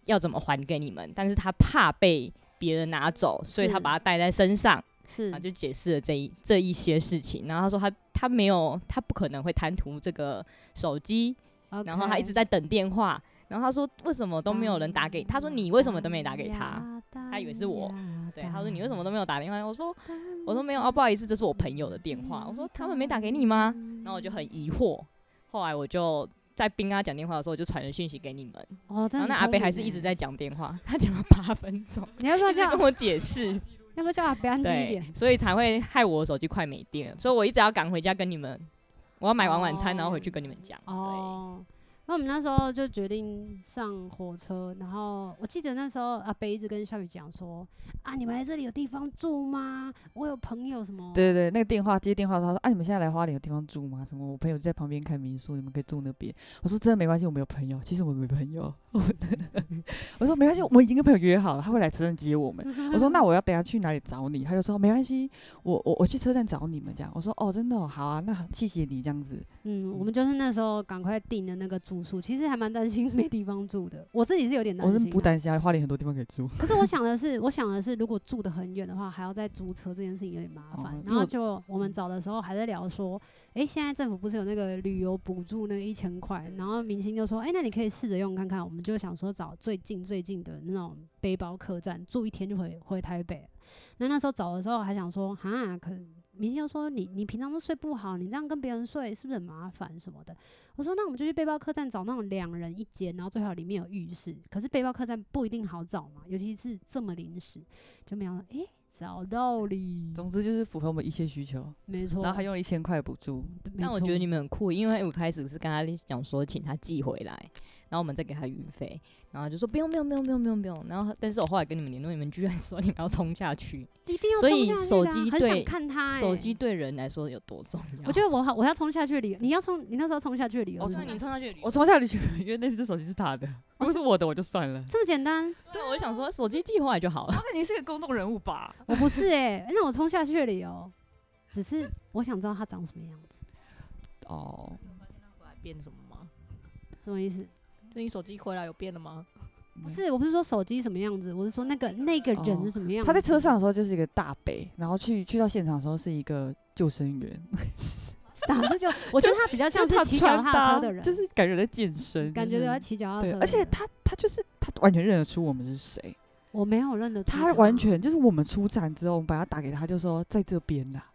C: 要怎么还给你们，但是他怕被别人拿走，所以
A: 是
C: 他把它带在身上，
A: 是
C: 然后就解释了这一这一些事情。然后他说他他没有他不可能会贪图这个手机，
A: OK，
C: 然后他一直在等电话，然后他说为什么都没有人打给，他
A: 哦
C: 说
A: 嗯
C: 你为什么都没打给他？
A: 他
C: 他以为是我。对，
A: 嗯
C: 他说你为什么都没有打电话？我说我说没有，哦，不好意思，这是我朋友的电话。我
A: 嗯
C: 说他们没打给你吗？然后我就很疑惑。后来我就在冰跟他讲电话的时候，我就传了讯息给你们。
A: 哦，真的很
C: 然后那阿
A: 聪
C: 贝还
A: 明
C: 是一直
A: 欸，
C: 在讲电话，他讲了八分钟，
A: 你要不要
C: 一直
A: 叫，
C: 跟我解释，
A: 要不要叫阿哦伯安静一
C: 对
A: 点？，
C: 所以才会害我手机快没电了，所以我一直要赶回家跟你们，我要买完晚餐，然后回去跟你们讲。对，
A: 哦，那我们那时候就决定上火车，然后我记得那时候阿伯一直跟小雨讲说啊，你们来这里有地方住吗？我有朋友什么，
B: 对对对，那个电话接电话的时候，他说：“啊，你们现在来花莲有地方住吗？什么？我朋友就在旁边开民宿，你们可以住那边。”我说：“真的没关系，我没有朋友。其实我没朋友。我”我说：“没关系，我已经跟朋友约好了，他会来车站接我 们。”我说：“那我要等下去哪里找你？”他就说：“没关系，我我我去车站找你们。”这样我说：“哦，真的、哦、好啊，那谢谢你这样子。
A: 嗯，我们就是那时候赶快订的那个住宿，其实还蛮担心没地方住的，我自己是有点担
B: 我
A: 心、
B: 是
A: 啊，
B: 不担心啊，花莲很多地方可以住。
A: 可是我想的是，我 想的是，如果住得很远的话，还要再租车，这件事情有点麻烦
B: 哦。
A: 然
B: 因为
A: 后
B: 我
A: 就我们找的时候还在聊说，诶，现在政府不是有那个旅游补助那一千块，然后明星就说，诶，那你可以试着用看看。我们就想说找最近最近的那种背包客栈，住一天就回回台北。那那时候找的时候还想说，哈，可明星就说你你平常都睡不好，你这样跟别人睡是不是很麻烦什么的？我说那我们就去背包客栈找那种两人一间，然后最好里面有浴室。可是背包客栈不一定好找嘛，尤其是这么临时，就没想到诶，找到理，
B: 总之就是符合我们一切需求，
A: 没错。
B: 然后还用了一千块补助。
A: 没
C: 但我
A: 错
C: 觉得你们很酷，因为我开始是跟他讲说请他寄回来，然后我们再给他运费，然后就说不用不用不用不用不用不用，然后但是我后来跟你们联络，你们居然 说你们要冲下去，
A: 一定要
C: 所
A: 冲
C: 以
A: 下去
C: 手
A: 的啊
C: 机
A: 很想
C: 对
A: 看他、欸，
C: 手机对啊人来说有多重要？
A: 我觉得我好，我要冲下去的理由，你要冲，你那时候冲下去的理由
B: 我
A: 是什
C: 那哦啊你
A: 么？
C: 冲下去的理由，
B: 我冲下去，因为那只手机是他的，如果是我的我就算了。
A: 这么简单？
C: 对，啊我就想说手机寄回来就好了。
A: 哦
B: 啊，那你是个公众人物吧？
A: 我不是哎、那我冲下去的理由，只是我想知道他长什么样子，
B: 哦，
D: 变什么吗？
A: 什么意思？
D: 就你手机回来有变了吗？
A: 不是，我不是说手机什么样子，我是说那个那个人是什么样子。
B: 哦他在车上的时候就是一个大北，然后去去到现场的时候是一个救生员，
A: 打字 就，我觉得他比较哦像
B: 就是他
A: 骑脚
B: 穿
A: 踏
B: 搭
A: 车的人，嗯
B: 就是感觉在健身，
A: 感觉
B: 就
A: 都
B: 是
A: 要骑脚踏车
B: 对
A: 的，人。
B: 而且他他就是他完全认得出我们是谁，
A: 我没有认得出
B: 他完全就是我们出站之后，我们把他打给他，他就说在这边啦，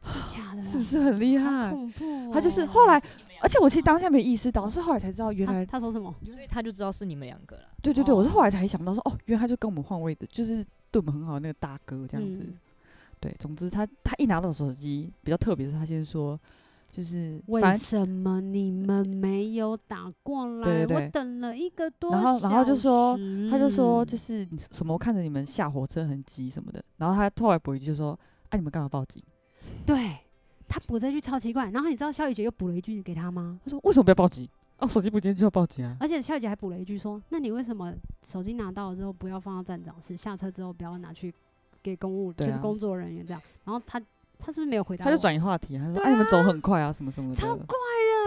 A: 真的假的，
B: 是不是很厉
A: 啊好
B: 害？
A: 恐怖哦、
B: 他就是后来，而且我其实当下没意识到，是后来才知道原
A: 他
B: 来，
A: 他说什么？
C: 所以他就知道是你们两个了。
B: 对对对，
D: 哦
B: 我是后来才想到说，哦，原来他就跟我们换位的，就是对我们很好的那个大哥这样子。
A: 嗯
B: 对，总之他他一拿到手机，比较特别是他先说，就是
A: 为
B: 反正
A: 什么你们没有打过来？
B: 对对对
A: 我等了一个多小
B: 然
A: 时。
B: 后然后就说他就
A: 嗯
B: 说就是你什么，我看着你们下火车很急什么的，然后他后来补一句就说，哎、你们干嘛报警？
A: 对。他补这句超奇怪，然后你知道肖雨杰又补了一句给他吗？
B: 他说为什么不要报警？哦，手机不见就要报警啊！
A: 而且肖雨杰还补了一句说：“那你为什么手机拿到了之后不要放到站长室，下车之后不要拿去给公务，
B: 对
A: 就是
B: 啊
A: 工作人员这样？”然后他他是不是没有回答
B: 他
A: 我？
B: 就转移话题，他说：“
A: 对
B: 哎、你们走很快啊，什么什么的。”
A: 超怪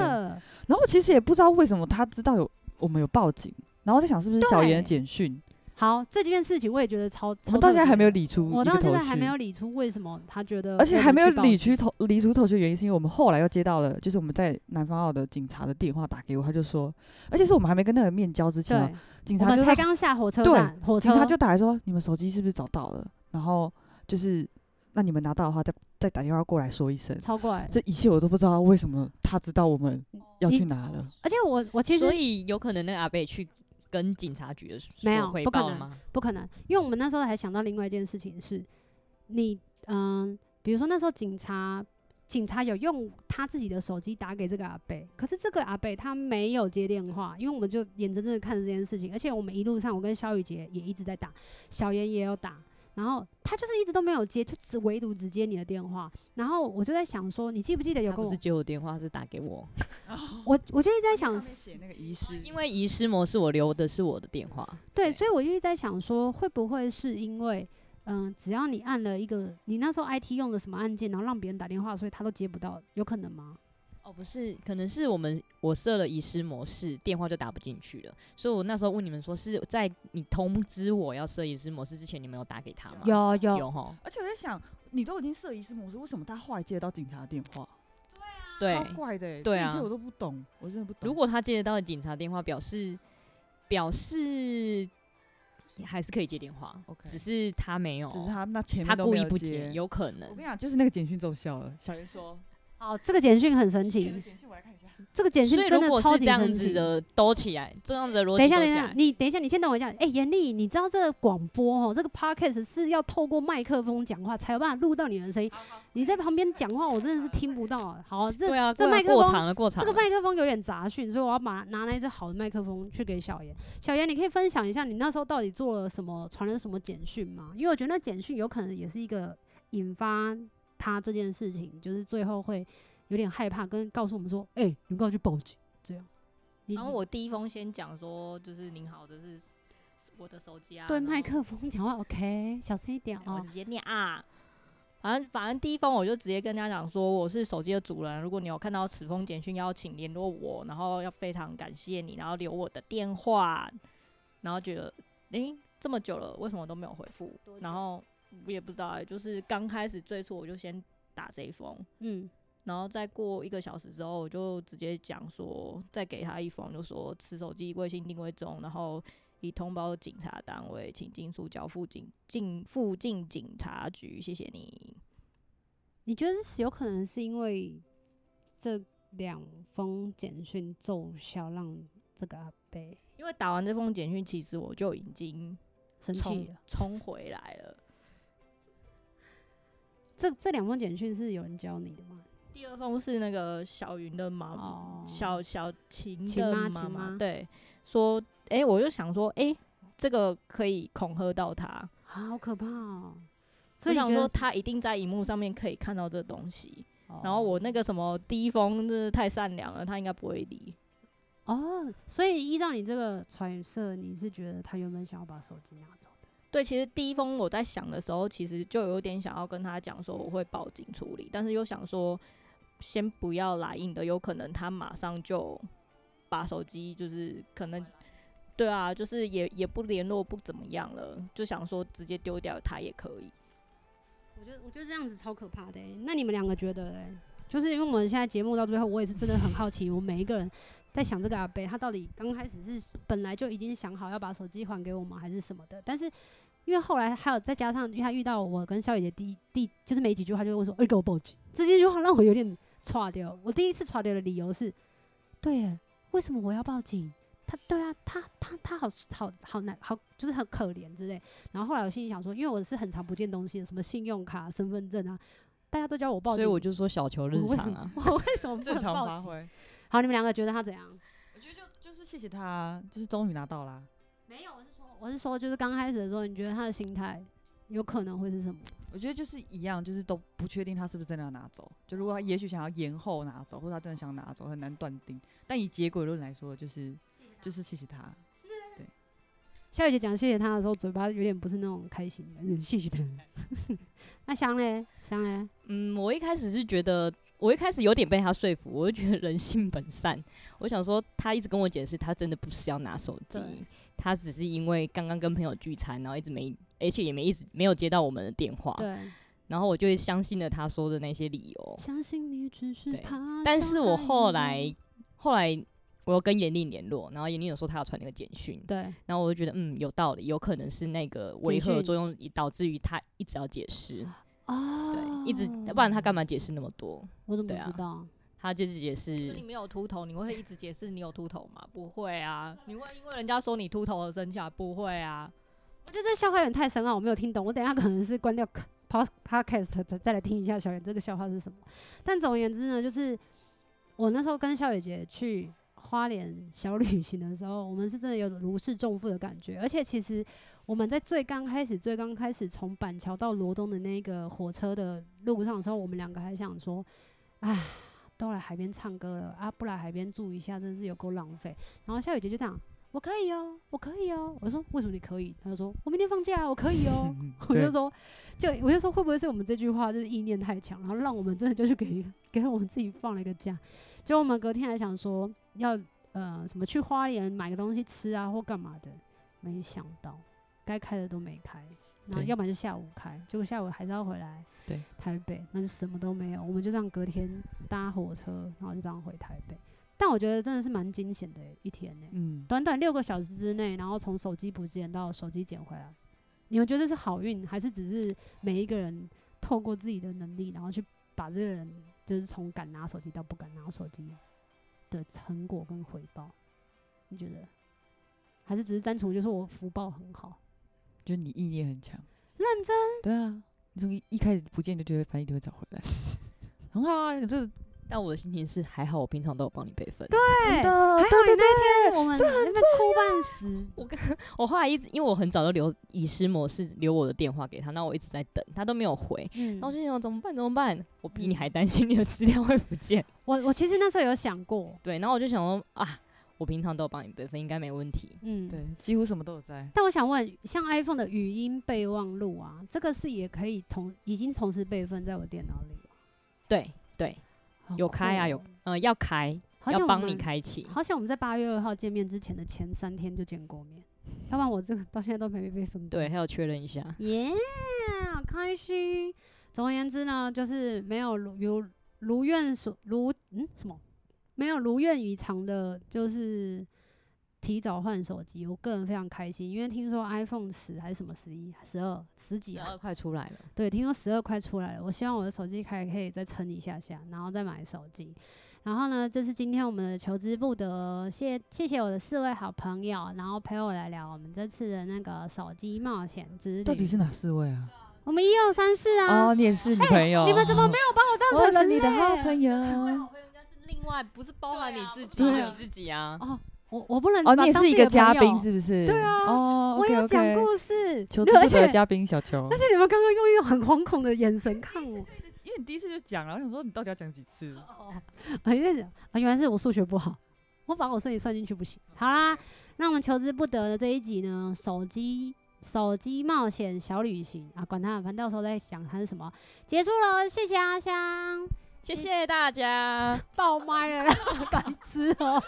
A: 的，
B: 然后其实也不知道为什么他知道有我们有报警，然后在想是不是小严的
A: 对
B: 简讯，
A: 好，这件事情我也觉得超，
B: 我
A: 超
B: 们到
A: 特
B: 现在还
A: 别
B: 没有
A: 的，
B: 理出
A: 我
B: 一个
A: 到现
B: 头
A: 在还没
B: 绪
A: 有，理出为什么他觉得，
B: 而且还没有理出头理出头绪的原因，是因为我们后来又接到了，就是我们在南方澳的警察的电话打给我，他就说，而且是我们还没跟那个面交之前哦，
A: 对，
B: 警
A: 我
B: 察
A: 们
B: 就
A: 才
B: 在
A: 刚下火车
B: 对
A: 站，火
B: 警
A: 车
B: 察就打来说，你们手机是不是找到了？然后就是那你们拿到的话，再再打电话过来说一声。
A: 超怪的，
B: 这一切我都不知道为什么他知道我们
C: 哦
B: 要
A: 你
B: 去哪了。
A: 而且我我其
C: 所
A: 实
C: 以有可能那个阿贝去跟警察局的
A: 没
C: 说
A: 有
C: 汇
A: 不可
C: 报
A: 能
C: 吗？
A: 不可能，因为我们那时候还想到另外一件事情是，你嗯、比如说那时候警察。警察有用他自己的手机打给这个阿贝，可是这个阿贝他没有接电话，因为我们就眼睁睁的看着这件事情，而且我们一路上我跟肖雨杰也一直在打，小严也有打，然后他就是一直都没有接，就只唯独只接你的电话，然后我就在想说，你记不记得有
C: 他
A: 跟
C: 不
A: 我
C: 是接我电话，是打给我，
A: 我我就一直在想，
B: 那个遗失
C: 哦因为遗失模式我留的是我的电话，
A: 对，所以我就一直在想说，会不会是因为，嗯、只要你按了一个，你那时候 IT 用的什么按键，然后让别人打电话，所以他都接不到，有可能吗？
C: 哦，不是，可能是我们我设了遗失模式，电话就打不进去了。所以我那时候问你们说，是在你通知我要设遗失模式之前，你们有打给他吗？
A: 有有
C: 有哈，
B: 而且我在想，你都已经设遗失模式，为什么他后来接得到警察的电话？
C: 对。
B: 超怪的、欸，
C: 对
B: 这一
C: 啊
B: 切我都不懂，我真的不懂。
C: 如果他接得到警察电话，表示表示还是可以接电话
B: OK
C: 只是他没有，
B: 只是他那前面
C: 他
B: 都
C: 故
B: 没
C: 意
B: 有
C: 不
B: 接
C: 接，，有可
B: 我
C: 能
B: 跟你。讲，就是那个简讯奏效了。小严说，
A: 好，哦这个简讯很神
B: 有
A: 奇，
B: 简讯我来看一下。
A: 这个简讯
C: 所以
A: 真
C: 如
A: 的
C: 果
A: 超
C: 是
A: 级
C: 这样
A: 神
C: 子
A: 奇。
C: 的兜起来，这样子的逻辑
A: 等一下，
C: 兜
A: 等一
C: 起
A: 下，
C: 来，
A: 你等一下，你先等我一下。哎、严丽，你知道这个广播哦，这个 podcast 是要透过麦克风讲话才有办法录到你的声音。你在旁边讲话，我真的是听不到啊。好，这、
C: 对啊，
A: 这
C: 对啊
A: 麦克
C: 过
A: 风
C: 长了，过长
A: 这
C: 了。
A: 个麦克风有点杂讯，所以我要把拿来一支好的麦克风去给小严。小严，你可以分享一下你那时候到底做了什么，传了什么简讯吗？因为我觉得那简讯有可能也是一个引发他这件事情，就是最后会有点害怕，跟告诉我们说，哎、你们赶快去报警，这样。你
D: 然后我第一封先讲说，就是您好，这是我的手机啊。
A: 对
D: 然后
A: 麦克风讲话，OK，小声一点
D: 哎我
A: 哦
D: 直。接念啊。反正反正第一封我就直接跟他讲说我是手机的主人，如果你有看到此封简讯，要请联络我，然后要非常感谢你，然后留我的电话，然后觉得诶、这么久了为什么都没有回复？然后我也不知道、欸，就是刚开始最初我就先打这一封，
A: 嗯，
D: 然后再过一个小时之后，我就直接讲说，再给他一封，就说此手机微信定位中，然后已通报警察单位，请尽速交付警近附近警察局，谢谢你。
A: 你觉得是有可能是因为这两封简讯奏效，让这个阿贝
D: 因为打完这封简讯，其实我就已经
A: 生气
D: 冲
A: 了？
D: 冲回来了。
A: 这这两封简讯是有人教你的吗？
D: 第二封是那个小云的妈妈，
A: 哦，
D: 小小琴
A: 琴
D: 的
A: 妈
D: 妈
A: 琴
D: 妈
A: 妈，
D: 对，说，哎、我就想说，哎、这个可以恐吓到他，
A: 好可怕哦。所
D: 所以
A: 以你
D: 想
A: 觉
D: 说
A: 得，
D: 他一定在荧幕上面可以看到这东西。然后
A: 哦
D: 我那个什么第一封真是太善良了，他应该不会理。
A: 哦，所以依照你这个揣测，你是觉得他原本想要把手机拿走的？
D: 对，其实第一封我在想的时候，其实就有点想要跟他讲说我会报警处理，但是又想说先不要来硬的，有可能他马上就把手机就是可能对啊，就是也也不联络不怎么样了，就想说直接丢掉他也可以。
A: 我觉得，我觉得这样子超可怕的、欸。那你们两个觉得、欸，就是因为我们现在节目到最后，我也是真的很好奇，我们每一个人在想这个阿贝，他到底刚开始是本来就已经想好要把手机还给我们，还是什么的？但是因为后来还有再加上他遇到我跟肖姐姐第一第就是没几句话就会说，哎、给我报警，这些句话让我有点岔掉。我第一次岔掉的理由是，对耶，为什么我要报警？他对啊，他他他好好好难好，就是很可怜之类。然后后来我心里想说，因为我是很常不见东西的，什么信用卡、身份证啊，大家都叫我报
C: 所
A: 警，
C: 以我就说小球日
A: 我为什
C: 常
A: 么，
C: 啊
A: 我为什么不
B: 正
A: 能
B: 常
A: 报
B: 发
A: 警？
B: 挥。
A: 好，你们两个觉得他怎样？
B: 我觉得就就是谢谢他，就是终于拿到啦。
A: 没有，我是说，我是说，就是刚开始的时候，你觉得他的心态有可能会是什么？
B: 我觉得就是一样，就是都不确定他是不是真的要拿走。就如果他也许想要延后拿走，或者他真的想拿走，很难断定。但以结果论来说，就是就是谢谢他。
A: 夏雨姐讲谢谢他的时候，嘴巴有点不是那种开心的，嗯谢 谢他。那香嘞，香嘞，
C: 嗯，我一开始是觉得，我一开始有点被他说服，我就觉得人性本善。我想说，他一直跟我解释，他真的不是要拿手机
A: 对，
C: 他只是因为刚刚跟朋友聚餐，然后一直没，而且也没一直没有接到我们的电话，
A: 对，
C: 然后我就相信了他说的那些理由。
A: 相信你只是
C: 对
A: 怕。
C: 但是我后来，，后来我又跟严令联络，然后严令有说他要传那个简讯，
A: 对，
C: 然后我就觉得嗯有道理，有可能是那个违和
A: 讯
C: 作用导致于他一直要解释，
A: 哦，
C: 对，一直不然他干嘛解释那么多？
A: 我怎么
C: 对啊
A: 知道？
C: 他就是解
D: 就
C: 释
D: 你没有秃头，你会一直解释你有秃头吗？不会啊，你会因为人家说你秃头而生气啊？不会啊。
A: 我觉得这笑话有点太深奥，我没有听懂。我等一下可能是关掉 pod podcast 再再来听一下小远这个笑话是什么。但总而言之呢，就是我那时候跟小雨姐去花莲小旅行的时候，我们是真的有种如释重负的感觉。而且其实我们在最刚开始、最刚开始从板桥到罗东的那个火车的路上的时候，我们两个还想说，唉。都来海边唱歌了啊，不来海边住一下，真是有够浪费。然后夏雨姐就这样，我可以哦，我可以哦。我说为什么你可以？她就说我明天放假啊，我可以哦。
C: 嗯
A: 我就说，就我就说会不会是我们这句话就是意念太强，然后让我们真的就是给一个给我们自己放了一个假。结果我们隔天还想说要呃什么去花莲买个东西吃啊或干嘛的，没想到该开的都没开，然后
C: 对
A: 要不然就下午开，结果下午还是要回来。
C: 对，
A: 台北那就什么都没有，我们就这样隔天搭火车，然后就这样回台北。但我觉得真的是蛮惊险的一天呢、
B: 嗯，
A: 短短六个小时之内，然后从手机不见到手机捡回来，你们觉得是好运，还是只是每一个人透过自己的能力，然后去把这个人就是从敢拿手机到不敢拿手机的成果跟回报？你觉得？还是只是单纯就是我福报很好？
B: 就你意念很强。
A: 认真
B: 对啊，你从一一开始不见就觉得反正一定会找回来，很好啊。你这
C: 但我的心情是还好，我平常都有帮你备份。
A: 对，还
B: 真的，
A: 好你那天我们在那边哭半死，
C: 我后来一直因为我很早就留以诗模式留我的电话给他，那我一直在等，他都没有回。
A: 嗯
C: 然后我就想怎么办？怎么办？我比你还担心你的资料会不见。
A: 我我其实那时候有想过，
C: 对，然后我就想说啊，我平常都有帮你备份，应该没问题。
A: 嗯，
B: 对，几乎什么都有在。
A: 但我想问，像 iPhone 的语音备忘录啊，这个是也可以同已经同时备份在我电脑里了
C: 对对，有开啊有，呃，要开，
A: 哦好像
C: 要帮你。开启。
A: 好像我们在八月二号见面之前的前三天就见过面，要不然我这个到现在都没被分过。
C: 对，还有确认一下。
A: 耶好开心。总而言之呢，就是没有如如如愿所如嗯什么，没有如愿以偿的，就是提早换手机。我个人非常开心，因为听说 iPhone 十还是什么十一、十二、十几
C: 然
A: 啊
C: 后，快出来了，
A: 对，听说十二快出来了，我希望我的手机还可以再撑一下下，然后再买手机。然后呢，这是今天我们的求之不得，谢谢谢我的四位好朋友，然后陪我来聊我们这次的那个手机冒险之旅。
B: 到底是哪四位啊？
A: 我们一二三四啊，
B: 哦，你也是女朋友？
A: 你们怎么没有把我当
B: 我
A: 成
B: 是
A: 人
B: 你的好
A: 类
B: 朋友。
D: 另外不是包含你自己，
B: 对啊
C: 你自己啊，
A: 哦，我我不能
B: 哦，
A: 把
B: 你也
A: 当
B: 是一
A: 自己
B: 个
A: 的
B: 嘉
A: 朋友
B: 宾，是不是？
A: 对啊
B: 哦，
A: 我
B: OK，
A: 有讲
B: OK
A: 故事，
B: 求
A: 对
B: 之
A: 而
B: 不得
A: 且
B: 的嘉宾小球
A: 而，且你们刚刚用一种很惶恐的眼神看我，
B: 因为你第一次就讲了，我想说你到底要讲几次？
A: 啊，原来是啊，原来是我数学不好，我把我顺序算进去不行。好啦，那我们求之不得的这一集呢，手机手机冒险小旅行啊，管它，反正到时候再讲它是什么。结束了，谢谢阿香，
C: 谢谢大家。
A: 爆麦了啦， 白痴哦、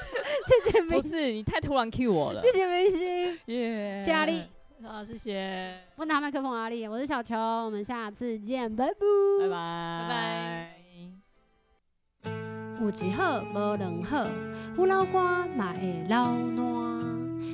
A: 谢谢
C: 不
A: 明，
C: 是哎你太突然 cue 我了
A: 谢，谢明星，
B: 耶
A: 谢谢阿丽，
D: 好，啊谢谢。
A: 不拿麦克风阿丽，我是小球，我们下次见，拜拜。
C: 拜拜
D: 拜
C: 拜。
A: 有一好无两好，有老瓜嘛会老烂。